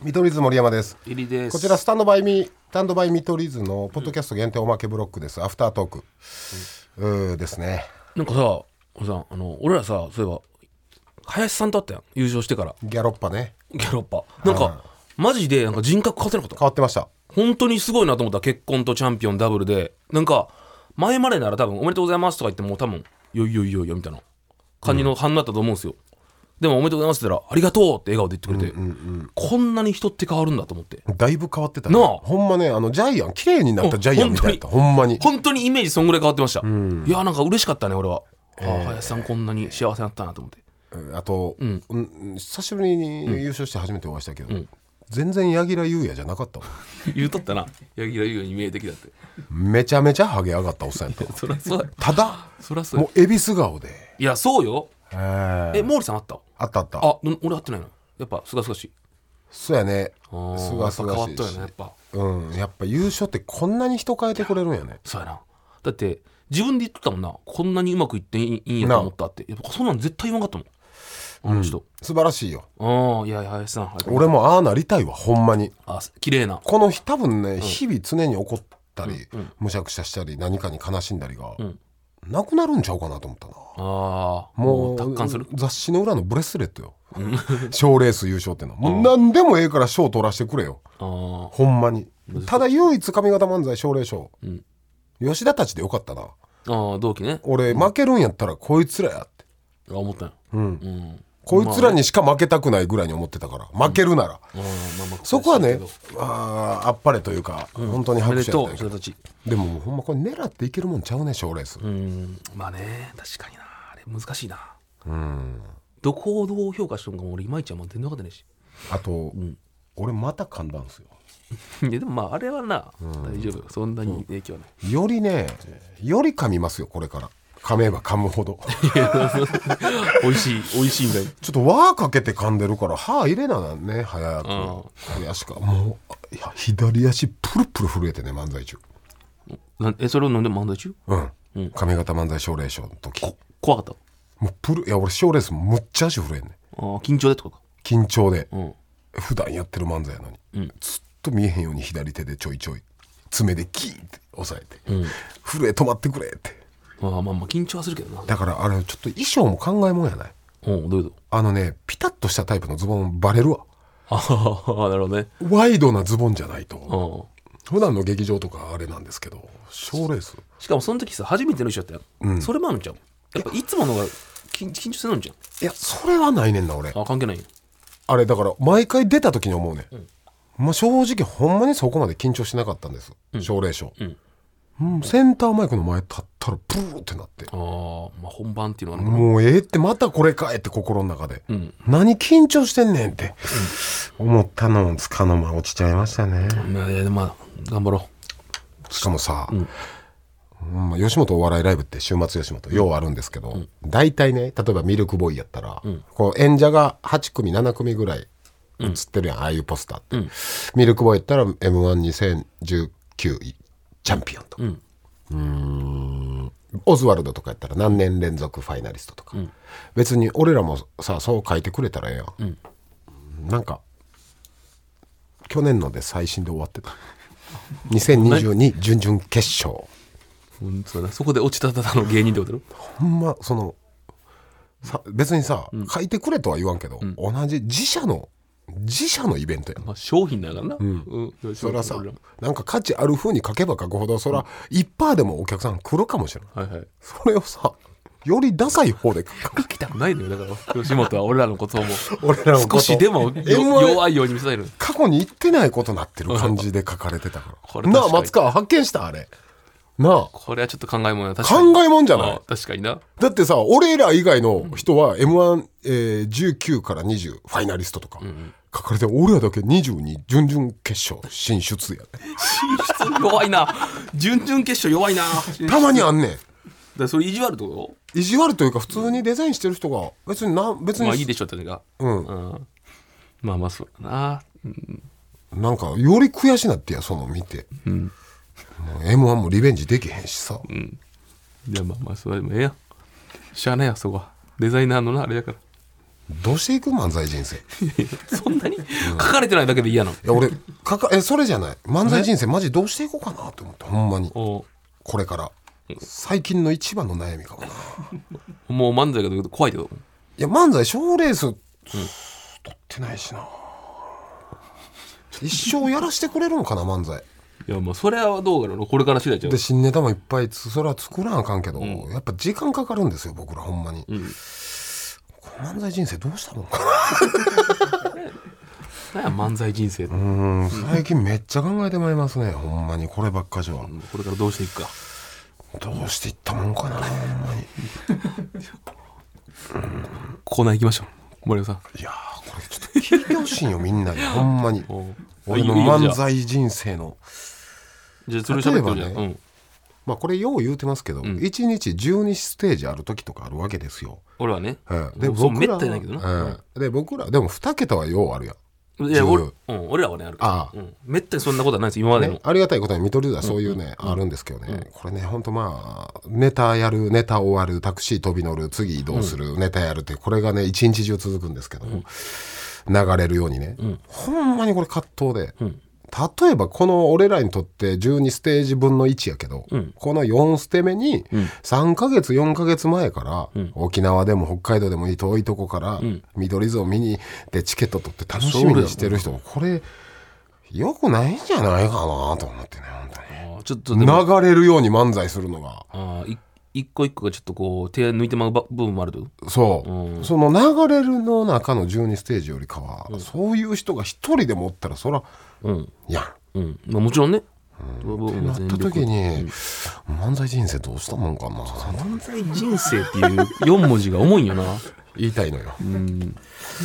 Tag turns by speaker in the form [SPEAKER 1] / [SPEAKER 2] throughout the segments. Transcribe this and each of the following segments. [SPEAKER 1] 見取り図森山です
[SPEAKER 2] 入りです
[SPEAKER 1] こちらスタンドバイミスタンドバイ見取り図のポッドキャスト限定おまけブロックです、アフタートーク、うーですね
[SPEAKER 2] なんかさおさんあの俺らさそういえば林さんと会ったやん優勝してから
[SPEAKER 1] ギャロッパね
[SPEAKER 2] ギャロッパなんかマジでなんか人格変わってなかった
[SPEAKER 1] 変わってました
[SPEAKER 2] 本当にすごいなと思った結婚とチャンピオンダブルでなんか前までなら多分「おめでとうございます」とか言ってもう多分「よいよいよいよ」みたいな感じの反応だったと思うんですよ、でも「おめでとうございます」って言ったら「ありがとう」って笑顔で言ってくれて、こんなに人って変わるんだと思って
[SPEAKER 1] だいぶ変わってたね
[SPEAKER 2] なあ
[SPEAKER 1] ほんまねあのジャイアン綺麗になったジャイアンみたいだった
[SPEAKER 2] うん
[SPEAKER 1] ほんまに
[SPEAKER 2] 本当にイメージそんぐらい変わってました、いやなんか嬉しかったね俺は、ああ林さんこんなに幸せだったなと思って
[SPEAKER 1] うんあと、うん久しぶりに優勝して初めてお会いしたけど、全然柳楽優弥じゃなかったもん
[SPEAKER 2] 言うとったな柳楽優弥に見えてきたって
[SPEAKER 1] めちゃめちゃハゲ上がったおっさんやった
[SPEAKER 2] そりゃそうだ
[SPEAKER 1] ただ
[SPEAKER 2] そりゃそうだ
[SPEAKER 1] もう恵比寿顔で
[SPEAKER 2] いやそうよ
[SPEAKER 1] えー
[SPEAKER 2] え毛利さんあった
[SPEAKER 1] あったあった
[SPEAKER 2] あでも俺会ってないのやっぱすがすがしい
[SPEAKER 1] そうやね
[SPEAKER 2] あー
[SPEAKER 1] すがすが
[SPEAKER 2] やっ
[SPEAKER 1] し
[SPEAKER 2] ぱ
[SPEAKER 1] い
[SPEAKER 2] 変わったよねやっぱ
[SPEAKER 1] うんやっぱ優勝ってこんなに人変えてくれるんやね
[SPEAKER 2] そうやなだって自分で言ってたもんなこんなにうまくいっていいんやと思ったってやっぱそんなん絶対言わんかったもんあの人、
[SPEAKER 1] 素晴らしいよ
[SPEAKER 2] ああいやいや林さんはい
[SPEAKER 1] 俺もああなりたいわほんまに
[SPEAKER 2] あ綺麗な
[SPEAKER 1] この日多分ね、日々常に怒ったり、むしゃくしゃしたり何かに悲しんだりが、
[SPEAKER 2] ん
[SPEAKER 1] なくなるんちゃうかなと思ったな
[SPEAKER 2] ああ
[SPEAKER 1] も
[SPEAKER 2] も
[SPEAKER 1] う
[SPEAKER 2] う達観する
[SPEAKER 1] 雑誌の裏のブレスレットよ 賞、レース優勝ってのはもう何でもええから賞取らしてくれよ
[SPEAKER 2] あ
[SPEAKER 1] ほんまにただ唯一上方漫才奨励賞、
[SPEAKER 2] ん
[SPEAKER 1] 吉田たちでよかったな
[SPEAKER 2] あああ同期ね
[SPEAKER 1] 俺負けるんやったらこいつらやって
[SPEAKER 2] あ思ったよ
[SPEAKER 1] うん、
[SPEAKER 2] うん
[SPEAKER 1] こいつらにしか負けたくないぐらいに思ってたから負けるなら、
[SPEAKER 2] ああまあまあ
[SPEAKER 1] そこはね
[SPEAKER 2] 悔しい
[SPEAKER 1] あーあっぱれというか、本当に
[SPEAKER 2] けどお
[SPEAKER 1] 拍
[SPEAKER 2] めで
[SPEAKER 1] 手や
[SPEAKER 2] と
[SPEAKER 1] ったん
[SPEAKER 2] う
[SPEAKER 1] やけ
[SPEAKER 2] それ
[SPEAKER 1] ど
[SPEAKER 2] たち
[SPEAKER 1] でももうほんまこれ狙っていけるもんちゃうね賞レース、
[SPEAKER 2] うんまあね確かになあれ難しいなどこをどう評価してるのかも俺いまいちはもう全然分かってない し
[SPEAKER 1] あと、俺また噛んだんすよ
[SPEAKER 2] いやでもまああれはな大丈夫そんなに影響はない
[SPEAKER 1] よりねより噛みますよこれから噛めば噛む ほど
[SPEAKER 2] 美味しい美味しいみたい
[SPEAKER 1] ちょっと輪かけて噛んでるから歯入れななね早く、悔しかもういや左足プルプル震えてね漫才中
[SPEAKER 2] なえそれを飲んで漫才中
[SPEAKER 1] うん、上方漫才奨励賞の時
[SPEAKER 2] 怖かっ
[SPEAKER 1] もうプルいや俺賞レースむっちゃ足震えんねん
[SPEAKER 2] たあー緊張でってことか
[SPEAKER 1] 緊張で、
[SPEAKER 2] うん
[SPEAKER 1] 普段やってる漫才やのに、ずっと見えへんように左手でちょいちょい爪でキーンって押さえて、震え止まってくれって
[SPEAKER 2] あーまあまあ緊張はするけどな
[SPEAKER 1] だからあれちょっと衣装も考えもんやない
[SPEAKER 2] うんどういうこ
[SPEAKER 1] あのねピタッとしたタイプのズボンバレるわ
[SPEAKER 2] とああなるほどね
[SPEAKER 1] ワイドなズボンじゃないと
[SPEAKER 2] う
[SPEAKER 1] 普段の劇場とかあれなんですけど賞レース
[SPEAKER 2] んしかもその時さ初めての衣装だったやんそれもあるんちゃうやっぱいつものが緊緊張するんじゃん
[SPEAKER 1] いやそれはないねんな俺
[SPEAKER 2] あ関係ないよ
[SPEAKER 1] あれだから毎回出た時に思うね、まあ正直ほんまにそこまで緊張しなかったんです奨励賞、
[SPEAKER 2] うん
[SPEAKER 1] うんセンターマイクの前立ったらプルーってなって
[SPEAKER 2] あーまあ本番っていうのはなんか
[SPEAKER 1] もうええってまたこれかえって心の中で、
[SPEAKER 2] ん
[SPEAKER 1] 何緊張してんねんって、思ったのをつかの間落ちちゃいましたね、
[SPEAKER 2] まあいやまあ頑張ろ
[SPEAKER 1] しかもさ、うんまあ吉本お笑いライブって週末吉本ようあるんですけど、大体ね例えばミルクボーイやったら、こう演者が8組7組ぐらい映ってるやん、ああいうポスターって、ミルクボーイやったら m 1 2 0 1 9チャンピオンとか、オズワルドとかやったら何年連続ファイナリストとか、別に俺らもさそう書いてくれたらええやん、なんか去年ので最新で終わってた2022準々決勝
[SPEAKER 2] う、うん、そうだなそこで落ちたただの芸人ってことだろ
[SPEAKER 1] ほんまそのさ別にさ、書いてくれとは言わんけど、同じ自社の自社のイベントやん
[SPEAKER 2] まあ商品だからなうん、うん、
[SPEAKER 1] そらさ
[SPEAKER 2] 俺らも
[SPEAKER 1] なんか価値ある風に書けば書くほどそら1%でもお客さん来るかもしれない
[SPEAKER 2] はいはい
[SPEAKER 1] それをさよりダサい方で書く
[SPEAKER 2] 書きたくないのよだから吉本は俺らのことをも
[SPEAKER 1] 俺らのこと
[SPEAKER 2] 少しでもよ
[SPEAKER 1] M1
[SPEAKER 2] 弱いように見せたいの
[SPEAKER 1] 過去に言ってないことなってる感じで書かれてたか
[SPEAKER 2] こ
[SPEAKER 1] ら
[SPEAKER 2] れ
[SPEAKER 1] なあ
[SPEAKER 2] 確かに
[SPEAKER 1] 松川発見したあれなあ
[SPEAKER 2] これはちょっと考えもんや確かに
[SPEAKER 1] 考えもんじゃない、
[SPEAKER 2] あ確かにな
[SPEAKER 1] だってさ俺ら以外の人は m 1、えー19から20ファイナリストとか書かれて、俺らだけ22準々決勝進出やね
[SPEAKER 2] 進出弱いな準々決勝弱いな
[SPEAKER 1] たまに
[SPEAKER 2] だか
[SPEAKER 1] あんね
[SPEAKER 2] らそれ意地悪ってこ
[SPEAKER 1] ん意地悪というか普通にデザインしてる人が別にな別
[SPEAKER 2] と
[SPEAKER 1] に、
[SPEAKER 2] まあいいでしょってのが
[SPEAKER 1] うん
[SPEAKER 2] うんまあまあそうだな
[SPEAKER 1] なんかより悔しなってやその見て、もう m 1もリベンジできへんしさ、
[SPEAKER 2] いやまあまあそれでもええやんしゃあないやそこはデザイナーのなあれやから
[SPEAKER 1] どうしていく漫才人生い
[SPEAKER 2] そんなに書かれてないだけで嫌なの
[SPEAKER 1] や俺かかえそれじゃない漫才人生マジどうしていこうかなって思ってほんまに
[SPEAKER 2] お
[SPEAKER 1] これから最近の一番の悩みかもな
[SPEAKER 2] もう漫才が出てくると怖いけど
[SPEAKER 1] いや漫才賞ーレース、取ってないしな一生やらしてくれるのかな漫才
[SPEAKER 2] いやまあそれはどうだろうこれから次第ちゃう
[SPEAKER 1] で新ネタもいっぱいつそれは作らなあかんけど、やっぱ時間かかるんですよ僕らほんまに、この漫才人生どうしたもんかな
[SPEAKER 2] 何や漫才人生って
[SPEAKER 1] うーん最近めっちゃ考えてまいりますねほんまにこればっかじゃ、
[SPEAKER 2] これからどうしていくか
[SPEAKER 1] どうしていったもんかなほんまに
[SPEAKER 2] コーナー行きましょう森山さん
[SPEAKER 1] いやーこれちょっと聞いてほしいよみん なにほんまに
[SPEAKER 2] おう
[SPEAKER 1] 俺の
[SPEAKER 2] いいよいいよ
[SPEAKER 1] 漫才人生の
[SPEAKER 2] じゃあそれ喋ってるじ
[SPEAKER 1] 例
[SPEAKER 2] ゃん、
[SPEAKER 1] えばね
[SPEAKER 2] うん
[SPEAKER 1] まあこれよう言うてますけど、一1日12ステージある時とかあるわけですよ、
[SPEAKER 2] 俺はね、
[SPEAKER 1] うんで
[SPEAKER 2] でそう
[SPEAKER 1] 僕
[SPEAKER 2] めっ
[SPEAKER 1] ら
[SPEAKER 2] たやないけどな、
[SPEAKER 1] はうんで僕らでも2桁はようあるやん
[SPEAKER 2] いや俺,、
[SPEAKER 1] 自
[SPEAKER 2] うん、俺らはねある
[SPEAKER 1] ああ
[SPEAKER 2] うん、めったにそんなことはないです今までの、
[SPEAKER 1] ね、ありがたいことに見取り図はそういうね、あるんですけどね、これねほんとまあネタやるネタ終わるタクシー飛び乗る次移動する、ネタやるってこれがね一日中続くんですけど、流れるようにね、ほんまにこれ葛藤で、例えばこの俺らにとって12ステージ分の1やけど、この4ステ目に3ヶ月4ヶ月前から、沖縄でも北海道でもいい遠いとこから、緑図を見に行ってチケット取って楽しみにしてる人もこれよくないんじゃないかなと思ってね本
[SPEAKER 2] ああちょっと
[SPEAKER 1] 当
[SPEAKER 2] で
[SPEAKER 1] に
[SPEAKER 2] も
[SPEAKER 1] 流れるように漫才するのが
[SPEAKER 2] ああい一個一個がちょっとこう手抜いてまうば部分もあると
[SPEAKER 1] そう、その流れるの中の12ステージよりかは、そういう人が一人でもおったらそら、
[SPEAKER 2] うん
[SPEAKER 1] やん
[SPEAKER 2] うん、まあ、もちろんね、うん、
[SPEAKER 1] なった時に、漫才人生どうしたもんかな
[SPEAKER 2] 漫才人生っていう四文字が重いんよな漫
[SPEAKER 1] 言いたいのよ、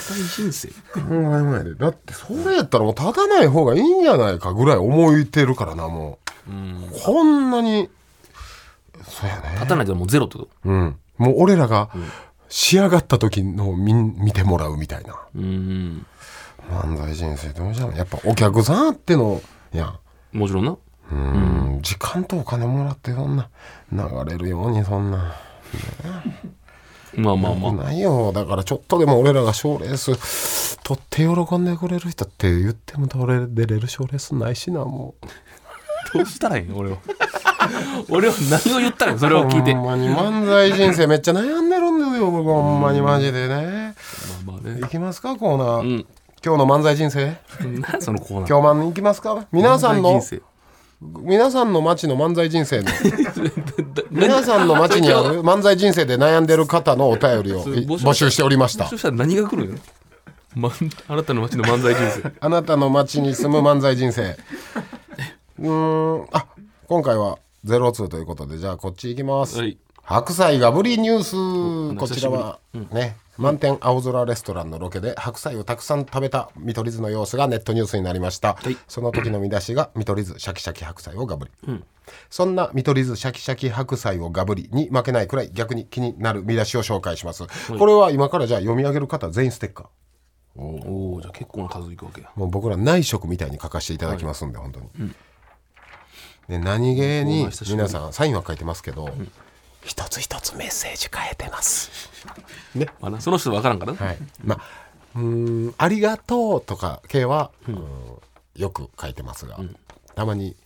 [SPEAKER 2] 才人生
[SPEAKER 1] 考えないでだってそれやったらもう立たない方がいいんじゃないかぐらい思いてるからなもう、こんなにそうやね
[SPEAKER 2] 立たないともうゼロってこと
[SPEAKER 1] うんもう俺らが仕上がった時のみん見てもらうみたいな
[SPEAKER 2] うん
[SPEAKER 1] 漫才人生どうしたのやっぱお客さんあってのやん
[SPEAKER 2] もちろんな
[SPEAKER 1] うん時間とお金もらってそんな流れるようにそんな
[SPEAKER 2] まあまあまあ、
[SPEAKER 1] ないよだからちょっとでも俺らが賞レース取って喜んでくれる人って言っても取れ出れる賞レースないしなもう
[SPEAKER 2] どうしたらいいの俺は俺は何を言ったらいいのそれを聞いて
[SPEAKER 1] ほん
[SPEAKER 2] まあ
[SPEAKER 1] まに漫才人生めっちゃ悩んでるんですよ僕ほんまにマジでね
[SPEAKER 2] まあね
[SPEAKER 1] いきますかコーナー、
[SPEAKER 2] ん
[SPEAKER 1] 今日の漫才人生
[SPEAKER 2] 何そのコーナー
[SPEAKER 1] 今日マンいきますか皆さん
[SPEAKER 2] 漫
[SPEAKER 1] の
[SPEAKER 2] 才人
[SPEAKER 1] 皆さんの街の漫才人生の
[SPEAKER 2] 生
[SPEAKER 1] 皆さんの街にある漫才人生で悩んでる方のお便りをい
[SPEAKER 2] 募集
[SPEAKER 1] 募集しておりました
[SPEAKER 2] そしたら何が来るのよ、ま、あなたの街の漫才人生
[SPEAKER 1] あなたの街に住む漫才人生。うーん、あ、今回はゼロツーということで、じゃあこっち行きます。
[SPEAKER 2] はい
[SPEAKER 1] 白菜がぶりニュース、こちらはね、満天青空レストランのロケで白菜をたくさん食べた見取り図の様子がネットニュースになりました。その時の見出しが見取り図シャキシャキ白菜をがぶり。そんな見取り図シャキシャキ白菜をがぶりに負けないくらい逆に気になる見出しを紹介します。これは今からじゃあ読み上げる方全員ステッカー。
[SPEAKER 2] おおじゃあ結構な数いくわけや
[SPEAKER 1] もう僕ら内職みたいに書かせていただきますんで、本当に、で何気に皆さんサインは書いてますけど、一つ一つメッセージ変えてます
[SPEAKER 2] まあな、その人分からんからな、
[SPEAKER 1] はいまあうーん「ありがとう」とか系は、うーんよく書いてますが、たまに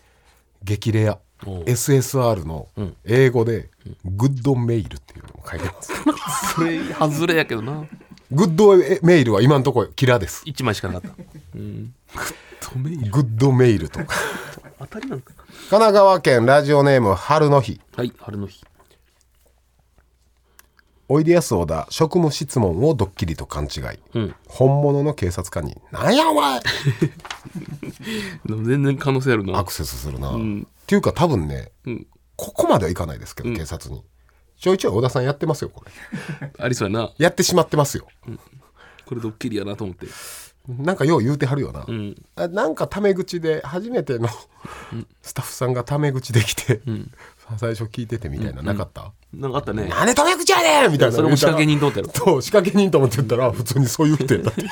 [SPEAKER 1] 激レア SSR の英語で「グッドメイル」っていうのも書いてます、
[SPEAKER 2] それ外れやけどな
[SPEAKER 1] グッドメイルは今のところキラです
[SPEAKER 2] 一枚しかなかったうん止めよ
[SPEAKER 1] グッドメイルと か
[SPEAKER 2] 当たりなんかな
[SPEAKER 1] 神奈川県ラジオネーム春の日
[SPEAKER 2] はい春の日
[SPEAKER 1] おいでやす小田職務質問をドッキリと勘違い、本物の警察官に「なんやお前!
[SPEAKER 2] でも全然可能性ある」な
[SPEAKER 1] アクセスするな、っていうか多分ね、ここまではいかないですけど、警察にちょいちょい小田さんやってますよこれ
[SPEAKER 2] ありそうやな
[SPEAKER 1] やってしまってますよ、
[SPEAKER 2] これドッキリやなと思って
[SPEAKER 1] なんかよう言うてはるよな、
[SPEAKER 2] ん
[SPEAKER 1] あなんかタメ口で初めてのスタッフさんがタメ口できて、最初聞いててみたいな、なかった
[SPEAKER 2] なんかあったね
[SPEAKER 1] 何でタメ口やねんみたいな
[SPEAKER 2] それも仕掛け人と思ったやろ
[SPEAKER 1] そう仕掛け人と思って言ったら普通にそういう人やったって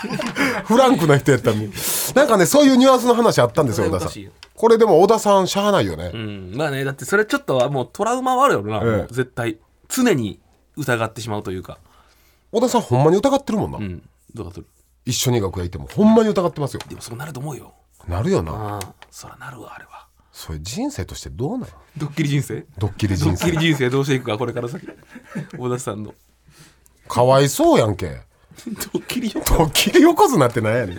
[SPEAKER 1] フランクな人やったのになんかねそういうニュアンスの話あったんですよ小
[SPEAKER 2] それお
[SPEAKER 1] 田
[SPEAKER 2] か
[SPEAKER 1] さ
[SPEAKER 2] しいよ
[SPEAKER 1] んこれでも小田さんしゃあないよね、
[SPEAKER 2] うんまあねだってそれちょっとはもうトラウマはあるよな、
[SPEAKER 1] ええ
[SPEAKER 2] もう絶対常に疑ってしまうというか
[SPEAKER 1] 小田さんほんまに疑ってるもんな、
[SPEAKER 2] うんどうかとる
[SPEAKER 1] 一緒に楽屋いてもほんまに疑ってますよ
[SPEAKER 2] でもそうなると思うよ
[SPEAKER 1] なるよな
[SPEAKER 2] ああそらなるわあれは
[SPEAKER 1] それ人生としてどうなん
[SPEAKER 2] ドッキリ人生
[SPEAKER 1] ドッキリ
[SPEAKER 2] ド
[SPEAKER 1] 人
[SPEAKER 2] ッキリ
[SPEAKER 1] 生
[SPEAKER 2] 人生どうしていくかこれから先小田さんの
[SPEAKER 1] かわいそうやんけ
[SPEAKER 2] ドッキリよ
[SPEAKER 1] ドッキリ横綱ってなんや ねん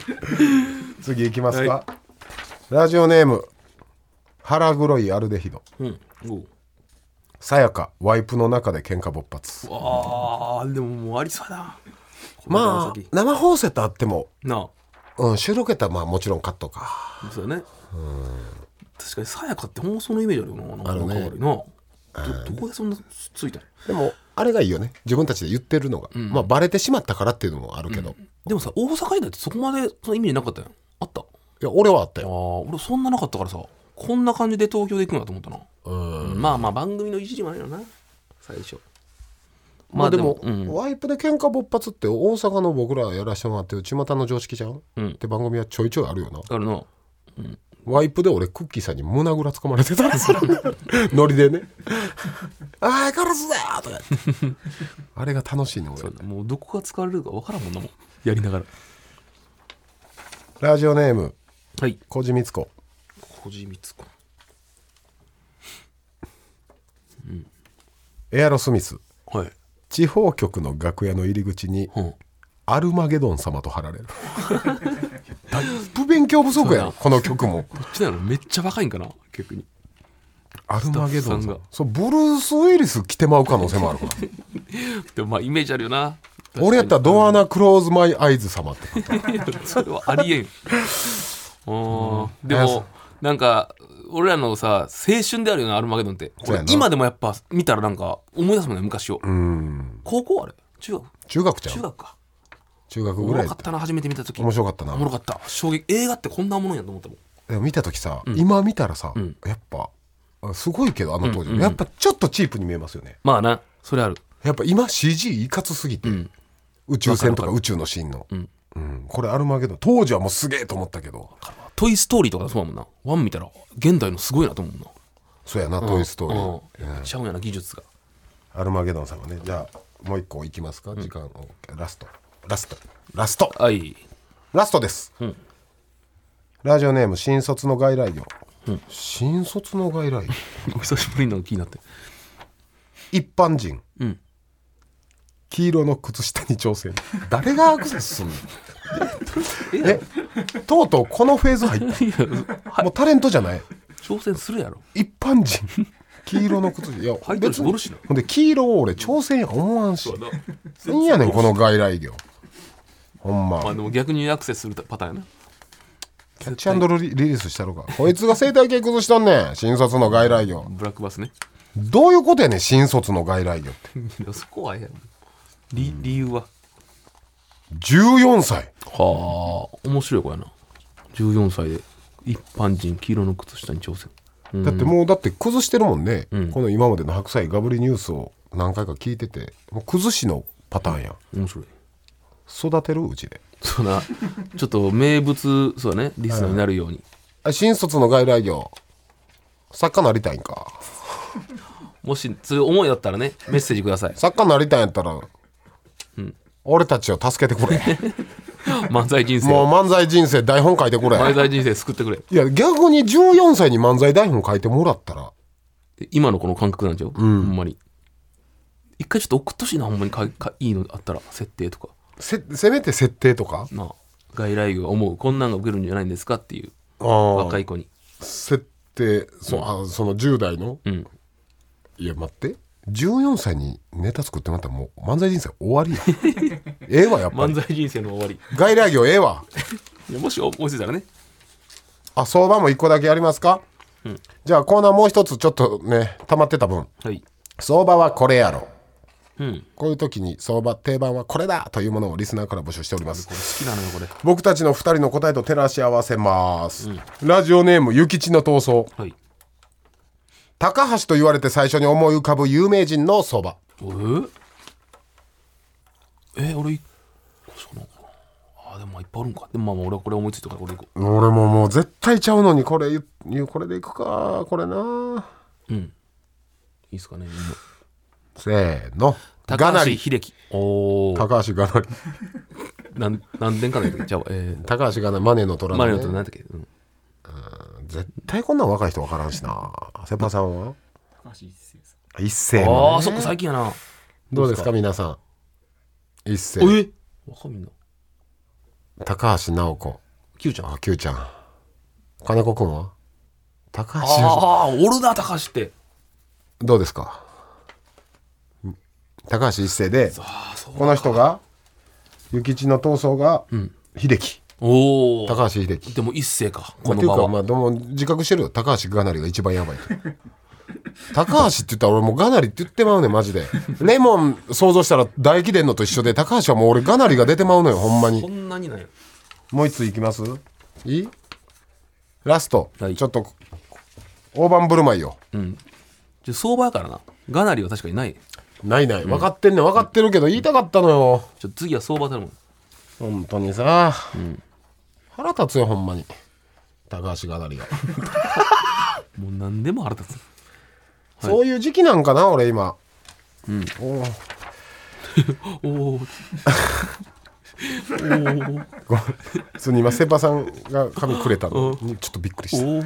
[SPEAKER 1] 次行きますか、
[SPEAKER 2] は
[SPEAKER 1] ラジオネーム腹黒いアルデヒド
[SPEAKER 2] うんおう
[SPEAKER 1] さやかワイプの中で喧嘩勃発
[SPEAKER 2] あーでももうありそうやなこれから
[SPEAKER 1] まあ
[SPEAKER 2] 先
[SPEAKER 1] 生放送とあっても、
[SPEAKER 2] な
[SPEAKER 1] うん、収録やったらまあもちろんカットか
[SPEAKER 2] あそうだね確かにさやかって放送のイメージあるよな
[SPEAKER 1] あるね
[SPEAKER 2] なんか悪いなどどこでそんなつついたの
[SPEAKER 1] でもあれがいいよね自分たちで言ってるのが、まあバレてしまったからっていうのもあるけど、い
[SPEAKER 2] でもさ大阪にだってそこまでその意味なかったよあった
[SPEAKER 1] や俺はあった
[SPEAKER 2] あ
[SPEAKER 1] よ
[SPEAKER 2] あ俺そんななかったからさこんな感じで東京で行くんだと思ったなうんまあまあ番組の一時もあるよな最初
[SPEAKER 1] まあでも、
[SPEAKER 2] うん
[SPEAKER 1] ワイプで喧嘩勃発って大阪の僕らやらせてもらってる巷の常識じゃん、
[SPEAKER 2] うん
[SPEAKER 1] って番組はちょいちょいあるよな
[SPEAKER 2] あるな
[SPEAKER 1] ワイプで俺クッキーさんに胸ぐらつかまれ てたんですよノリでね「ああガラスだよ!」とか言ってあれが楽しいね俺
[SPEAKER 2] もうどこが使われるか分からんもんなもんやりながら
[SPEAKER 1] ラジオネーム
[SPEAKER 2] はい
[SPEAKER 1] 小路光子
[SPEAKER 2] 小路光子
[SPEAKER 1] エアロスミス
[SPEAKER 2] はい、
[SPEAKER 1] 地方局の楽屋の入り口に
[SPEAKER 2] うん、
[SPEAKER 1] 「アルマゲドン様」と貼られるだいぶ勉強不足や
[SPEAKER 2] そうやな
[SPEAKER 1] ろこの曲も
[SPEAKER 2] こっちなのめっちゃ若いんかな逆に
[SPEAKER 1] アルマゲドン
[SPEAKER 2] スタッフさん
[SPEAKER 1] 様
[SPEAKER 2] が
[SPEAKER 1] そうブルース・ウィリス着てまう可能性もある から
[SPEAKER 2] でもまあイメージあるよな
[SPEAKER 1] 俺やったらドアナクローズマイアイズ様って書いてある
[SPEAKER 2] それはありえ んあーで
[SPEAKER 1] いやそ
[SPEAKER 2] も
[SPEAKER 1] う
[SPEAKER 2] なんか俺らのさ青春であるよなアルマゲドンって
[SPEAKER 1] そうやな
[SPEAKER 2] 今でもやっぱ見たらなんか思い出すもんね昔を、
[SPEAKER 1] うん
[SPEAKER 2] 高校あれ中学
[SPEAKER 1] 中学ちゃ
[SPEAKER 2] 中
[SPEAKER 1] う
[SPEAKER 2] 学か
[SPEAKER 1] 中学
[SPEAKER 2] お
[SPEAKER 1] ぐ
[SPEAKER 2] も
[SPEAKER 1] ら
[SPEAKER 2] ろ
[SPEAKER 1] い
[SPEAKER 2] か
[SPEAKER 1] だっ
[SPEAKER 2] ったたな初めて見た時
[SPEAKER 1] 面白かった
[SPEAKER 2] お
[SPEAKER 1] な
[SPEAKER 2] もろかった衝撃映画ってこんなものやと思ったもん
[SPEAKER 1] でも見た時さ、今見たらさ、
[SPEAKER 2] ん
[SPEAKER 1] やっぱあすごいけどあの当時、やっぱちょっとチープに見えますよね
[SPEAKER 2] まあなそれある
[SPEAKER 1] やっぱ今 CG いかつすぎて、
[SPEAKER 2] ん
[SPEAKER 1] 宇宙船とか
[SPEAKER 2] わかるわかる
[SPEAKER 1] 宇宙のシーンの、
[SPEAKER 2] ん
[SPEAKER 1] うんこれアルマゲドン当時はもうすげえと思ったけど
[SPEAKER 2] 「トイ・ストーリー」とかそうだもんなワン見たら現代のすごいなと思うもんな
[SPEAKER 1] そうやな「トイ・ストーリー
[SPEAKER 2] うんめっちゃうんやな技術が」
[SPEAKER 1] アルマゲドンさんはねじゃあもう一個いきますか、時間をラストラストラスト
[SPEAKER 2] はい
[SPEAKER 1] ラストです、ラジオネーム新卒の外来魚、新卒の外来魚
[SPEAKER 2] お久しぶりなの気に なって
[SPEAKER 1] 一般人、
[SPEAKER 2] うん
[SPEAKER 1] 黄色の靴下に挑戦誰がアクセスすんの えとうとうこのフェーズ入っ
[SPEAKER 2] いや
[SPEAKER 1] たもうタレントじゃない
[SPEAKER 2] 挑戦するやろ
[SPEAKER 1] 一般 人黄色の靴下いや
[SPEAKER 2] 履いてるしおるしな
[SPEAKER 1] ほんで黄色を俺挑戦や思わんし何やねんこの外来魚ほんま
[SPEAKER 2] まあでも逆にアクセスするパターンやな
[SPEAKER 1] キャッチアンドリリースしたろかこいつが生態系崩しとんねん新卒の外来魚
[SPEAKER 2] ブラックバスね
[SPEAKER 1] どういうことやねん新卒の外来魚って
[SPEAKER 2] いやそこはええやろ理理由は
[SPEAKER 1] 14歳
[SPEAKER 2] はあ面白い子やな14歳で一般人黄色の靴下に挑戦
[SPEAKER 1] だってもうだって崩してるもんね、
[SPEAKER 2] ん
[SPEAKER 1] この今までの白菜ガブリニュースを何回か聞いててもう崩しのパターンやん
[SPEAKER 2] 面白い
[SPEAKER 1] 育てるうちで
[SPEAKER 2] そうなちょっと名物そうだねリスナーになるように
[SPEAKER 1] あ新卒の外来魚作家なりたいんか
[SPEAKER 2] もしそういう思いだったらねメッセージください
[SPEAKER 1] 作家なりたいんやったら、俺たちを助けてくれ
[SPEAKER 2] 漫才人生
[SPEAKER 1] もう
[SPEAKER 2] を
[SPEAKER 1] 漫才人生台本書いてくれ
[SPEAKER 2] 漫才人生救ってくれ
[SPEAKER 1] いや逆に14歳に漫才台本書いてもらったら
[SPEAKER 2] 今のこの感覚なんちゃう、ほんまに一回ちょっと送っとしいなほんまにかかいいのあったら設定とか
[SPEAKER 1] せせめて設定とか
[SPEAKER 2] なあ外来魚が思うこんなんが受けるんじゃないんですかっていう
[SPEAKER 1] あー
[SPEAKER 2] 若い子に
[SPEAKER 1] 設定そ,、あその10代の、
[SPEAKER 2] ん
[SPEAKER 1] いや待って14歳にネタ作ってなったらもう漫才人生終わりや ええわやっぱり
[SPEAKER 2] 漫才人生の終わり
[SPEAKER 1] 外来魚ええわ
[SPEAKER 2] いやもし思いついたらね
[SPEAKER 1] あ相場も1個だけやりますか、じゃあコーナーもう一つちょっとね溜まってた分
[SPEAKER 2] はい
[SPEAKER 1] 相場はこれやろ
[SPEAKER 2] うん
[SPEAKER 1] こういう時に相場定番はこれだというものをリスナーから募集しております
[SPEAKER 2] これ好きなのよこれ
[SPEAKER 1] 僕たちの2人の答えと照らし合わせます、ラジオネーム諭吉の闘争
[SPEAKER 2] はい
[SPEAKER 1] 高橋と言われて最初に思い浮かぶ有名人の相場
[SPEAKER 2] えー、えー、俺いこれしかないのかなあーでもまあいっぱいあるんかでもまあまあ俺はこれ思いついたからこれいこ
[SPEAKER 1] 俺ももう絶対ちゃうのにこれ言うこれでいくかこれな
[SPEAKER 2] ううんいいっすかねみんな
[SPEAKER 1] せーのが
[SPEAKER 2] 高
[SPEAKER 1] な
[SPEAKER 2] 橋
[SPEAKER 1] り
[SPEAKER 2] 秀樹。おお。
[SPEAKER 1] 高橋がなり
[SPEAKER 2] なん何年かのやつ ちゃうわ。え
[SPEAKER 1] 高橋がなりマネの
[SPEAKER 2] ー、
[SPEAKER 1] 虎
[SPEAKER 2] マリ
[SPEAKER 1] の、
[SPEAKER 2] オと
[SPEAKER 1] ね、
[SPEAKER 2] 何だっけ、うん、
[SPEAKER 1] 絶対こんなん若い人分からんしなセパさんは
[SPEAKER 3] 高橋一生さん
[SPEAKER 1] 一斉
[SPEAKER 2] あ
[SPEAKER 1] の
[SPEAKER 2] あ、そっか、最近やな。
[SPEAKER 1] どうですか皆さん一斉
[SPEAKER 2] え若みんな。
[SPEAKER 1] 高橋直子
[SPEAKER 2] キューちゃん。
[SPEAKER 1] あ Q ちゃん金子君は高橋由
[SPEAKER 2] ああ、 おるな、高橋って。
[SPEAKER 1] 伸どうですかん高橋一生で
[SPEAKER 2] ああ、そう。
[SPEAKER 1] この人が諭吉の闘争が秀樹、
[SPEAKER 2] おお。
[SPEAKER 1] 高橋秀樹
[SPEAKER 2] でも一世か、
[SPEAKER 1] まあ、っ
[SPEAKER 2] こ
[SPEAKER 1] て
[SPEAKER 2] の
[SPEAKER 1] いう
[SPEAKER 2] 場
[SPEAKER 1] か
[SPEAKER 2] は。
[SPEAKER 1] まあでも自覚してるよ高橋がなりが一番やばいと 高橋って言ったら俺もうがなりって言ってまうねんマジでレモン想像したら唾液出んのと一緒で高橋はもう俺がなりが出てまうのよほんま
[SPEAKER 2] こ
[SPEAKER 1] に
[SPEAKER 2] んなになんや。
[SPEAKER 1] もう一ついきますいいラスト、
[SPEAKER 2] はい
[SPEAKER 1] ちょっと大盤振る舞いよ
[SPEAKER 2] ちょ相場やからな。ガナリは確かにない。
[SPEAKER 1] ないない分かってんねん分かってるけど言いたかったのよ
[SPEAKER 2] ちょ次は相場頼む。
[SPEAKER 1] 本当にさ、腹立つよほんまに高橋がなりが
[SPEAKER 2] もう何でも腹立つ。
[SPEAKER 1] そういう時期なんかな俺今うん
[SPEAKER 2] おお。
[SPEAKER 1] 普通に 今セパさんが髪くれたのにちょっとびっくりした
[SPEAKER 2] おお。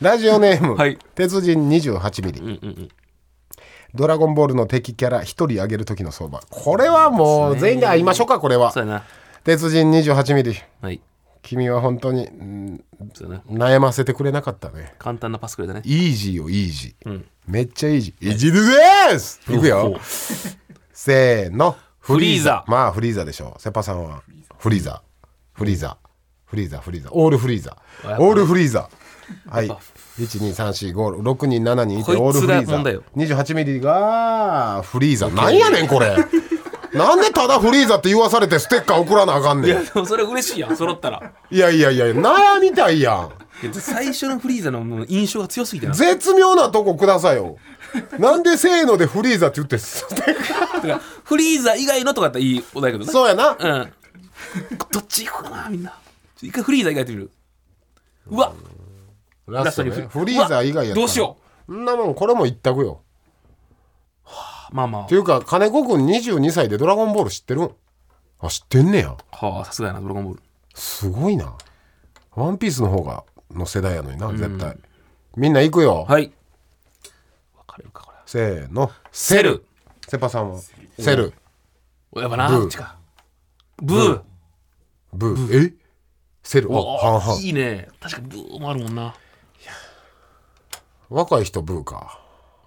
[SPEAKER 1] ラジオネーム、
[SPEAKER 2] はい
[SPEAKER 1] 鉄人28ミリ、
[SPEAKER 2] うんうん
[SPEAKER 1] ドラゴンボールの敵キャラ一人あげる時の相場これはもう全員で会いましょうかこれは
[SPEAKER 2] そうやな。
[SPEAKER 1] 鉄人28ミリ
[SPEAKER 2] はい。
[SPEAKER 1] 君は本当にうん
[SPEAKER 2] そうやな。
[SPEAKER 1] 悩ませてくれなかったね
[SPEAKER 2] 簡単なパスくれたね。
[SPEAKER 1] イージーよイージー、めっちゃイージーイージーですいくよせーのフ
[SPEAKER 2] リーザ
[SPEAKER 1] まあフリーザでしょセパさんはフリーザフリーザフリーザフリーザオールフリーザ
[SPEAKER 2] やっぱ
[SPEAKER 1] オールフリーザはい1234567人7人いて
[SPEAKER 2] こいつが
[SPEAKER 1] オールフリー
[SPEAKER 2] 問題よ
[SPEAKER 1] ザ28ミリがフリーザなんやねんこれなんでただフリーザって言わされてステッカー送らなあかんね
[SPEAKER 2] い
[SPEAKER 1] ん
[SPEAKER 2] や、でもそれ嬉しいやん、揃ったら。
[SPEAKER 1] いやいやいや悩みたいやん
[SPEAKER 2] いや最初のフリーザのもう印象が強すぎてな。
[SPEAKER 1] 絶妙なとこくださいよなんでせーのでフリーザって言ってステッカー
[SPEAKER 2] てかフリーザ以外のとかやったらいいお題やけどな
[SPEAKER 1] そうやな
[SPEAKER 2] うん。どっち行こうかな、みんな。ちょ一回フリーザ以外やってみる。うわ
[SPEAKER 1] ラストね
[SPEAKER 2] ラストに
[SPEAKER 1] フリーザー以外やったら
[SPEAKER 2] どうしよ
[SPEAKER 1] んなもんこれも一択よ
[SPEAKER 2] まあま
[SPEAKER 1] っていうか金子君22歳で「ドラゴンボール」知ってるんあ知ってんねや
[SPEAKER 2] あ。はあ、さすがやな、ドラゴンボール。
[SPEAKER 1] すごいな「ワンピースの方がの世代やのにな絶対、みんな行くよ、
[SPEAKER 2] はい。分かれるか、これ。
[SPEAKER 1] せーの
[SPEAKER 2] セル。
[SPEAKER 1] セパさんはセル
[SPEAKER 2] やっぱな、
[SPEAKER 1] ブー
[SPEAKER 2] こっちか。ブー。
[SPEAKER 1] ブーえセル
[SPEAKER 2] お
[SPEAKER 1] あ半
[SPEAKER 2] いいね。確かブーもあるもんな。
[SPEAKER 1] 々若い人ブーか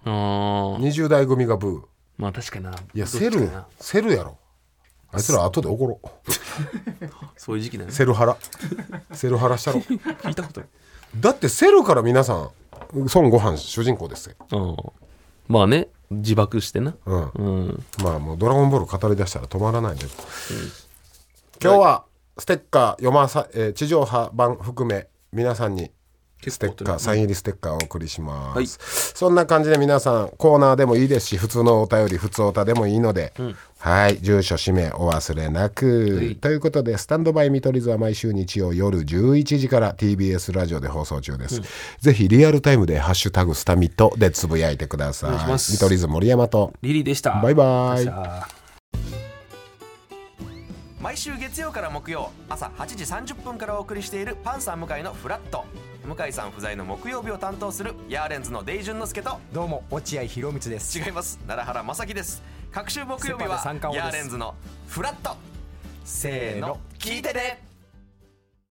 [SPEAKER 2] うーん。
[SPEAKER 1] 20代組がブー
[SPEAKER 2] まあ確かにな。
[SPEAKER 1] いや
[SPEAKER 2] どっちか
[SPEAKER 1] セル
[SPEAKER 2] な
[SPEAKER 1] セルやろあいつら後で怒ろう
[SPEAKER 2] そういう時期だよね。
[SPEAKER 1] セルハラセルハラしたろ
[SPEAKER 2] 聞いたことない。
[SPEAKER 1] だってセルから皆さん孫悟飯主人公ですよ
[SPEAKER 2] うん。まあね、自爆してな。
[SPEAKER 1] うん
[SPEAKER 2] うん。
[SPEAKER 1] まあもう「ドラゴンボール」語り出したら止まらないんで、今日はステッカー読まさ、えー地上波版含め皆さんにス
[SPEAKER 2] 結
[SPEAKER 1] テ
[SPEAKER 2] 構
[SPEAKER 1] ッカーサイン入りステッカーをお送りします、
[SPEAKER 2] はい
[SPEAKER 1] そんな感じで皆さんコーナーでもいいですし普通のお便り普通おたでもいいので、はい住所氏名お忘れなく、ということでスタンドバイ見取り図は毎週日曜夜11時から TBS ラジオで放送中です、ぜひリアルタイムで「ハッシュタグスタミット」でつぶやいてください
[SPEAKER 2] 願いします
[SPEAKER 1] 見取り図森山と
[SPEAKER 2] リリーでした。
[SPEAKER 1] バイバイ
[SPEAKER 2] さあ
[SPEAKER 4] 毎週月曜から木曜朝8時30分からお送りしているパンサー向井のフラット向井さん不在の木曜日を担当するヤーレンズのデイジュンの之介と
[SPEAKER 5] どうも落合博満です
[SPEAKER 4] 違います奈良原正樹です各週木曜日は
[SPEAKER 5] セパで三冠王
[SPEAKER 4] ヤ
[SPEAKER 5] で
[SPEAKER 4] ー
[SPEAKER 5] す
[SPEAKER 4] レンズのフラットせーの聞いてて、ね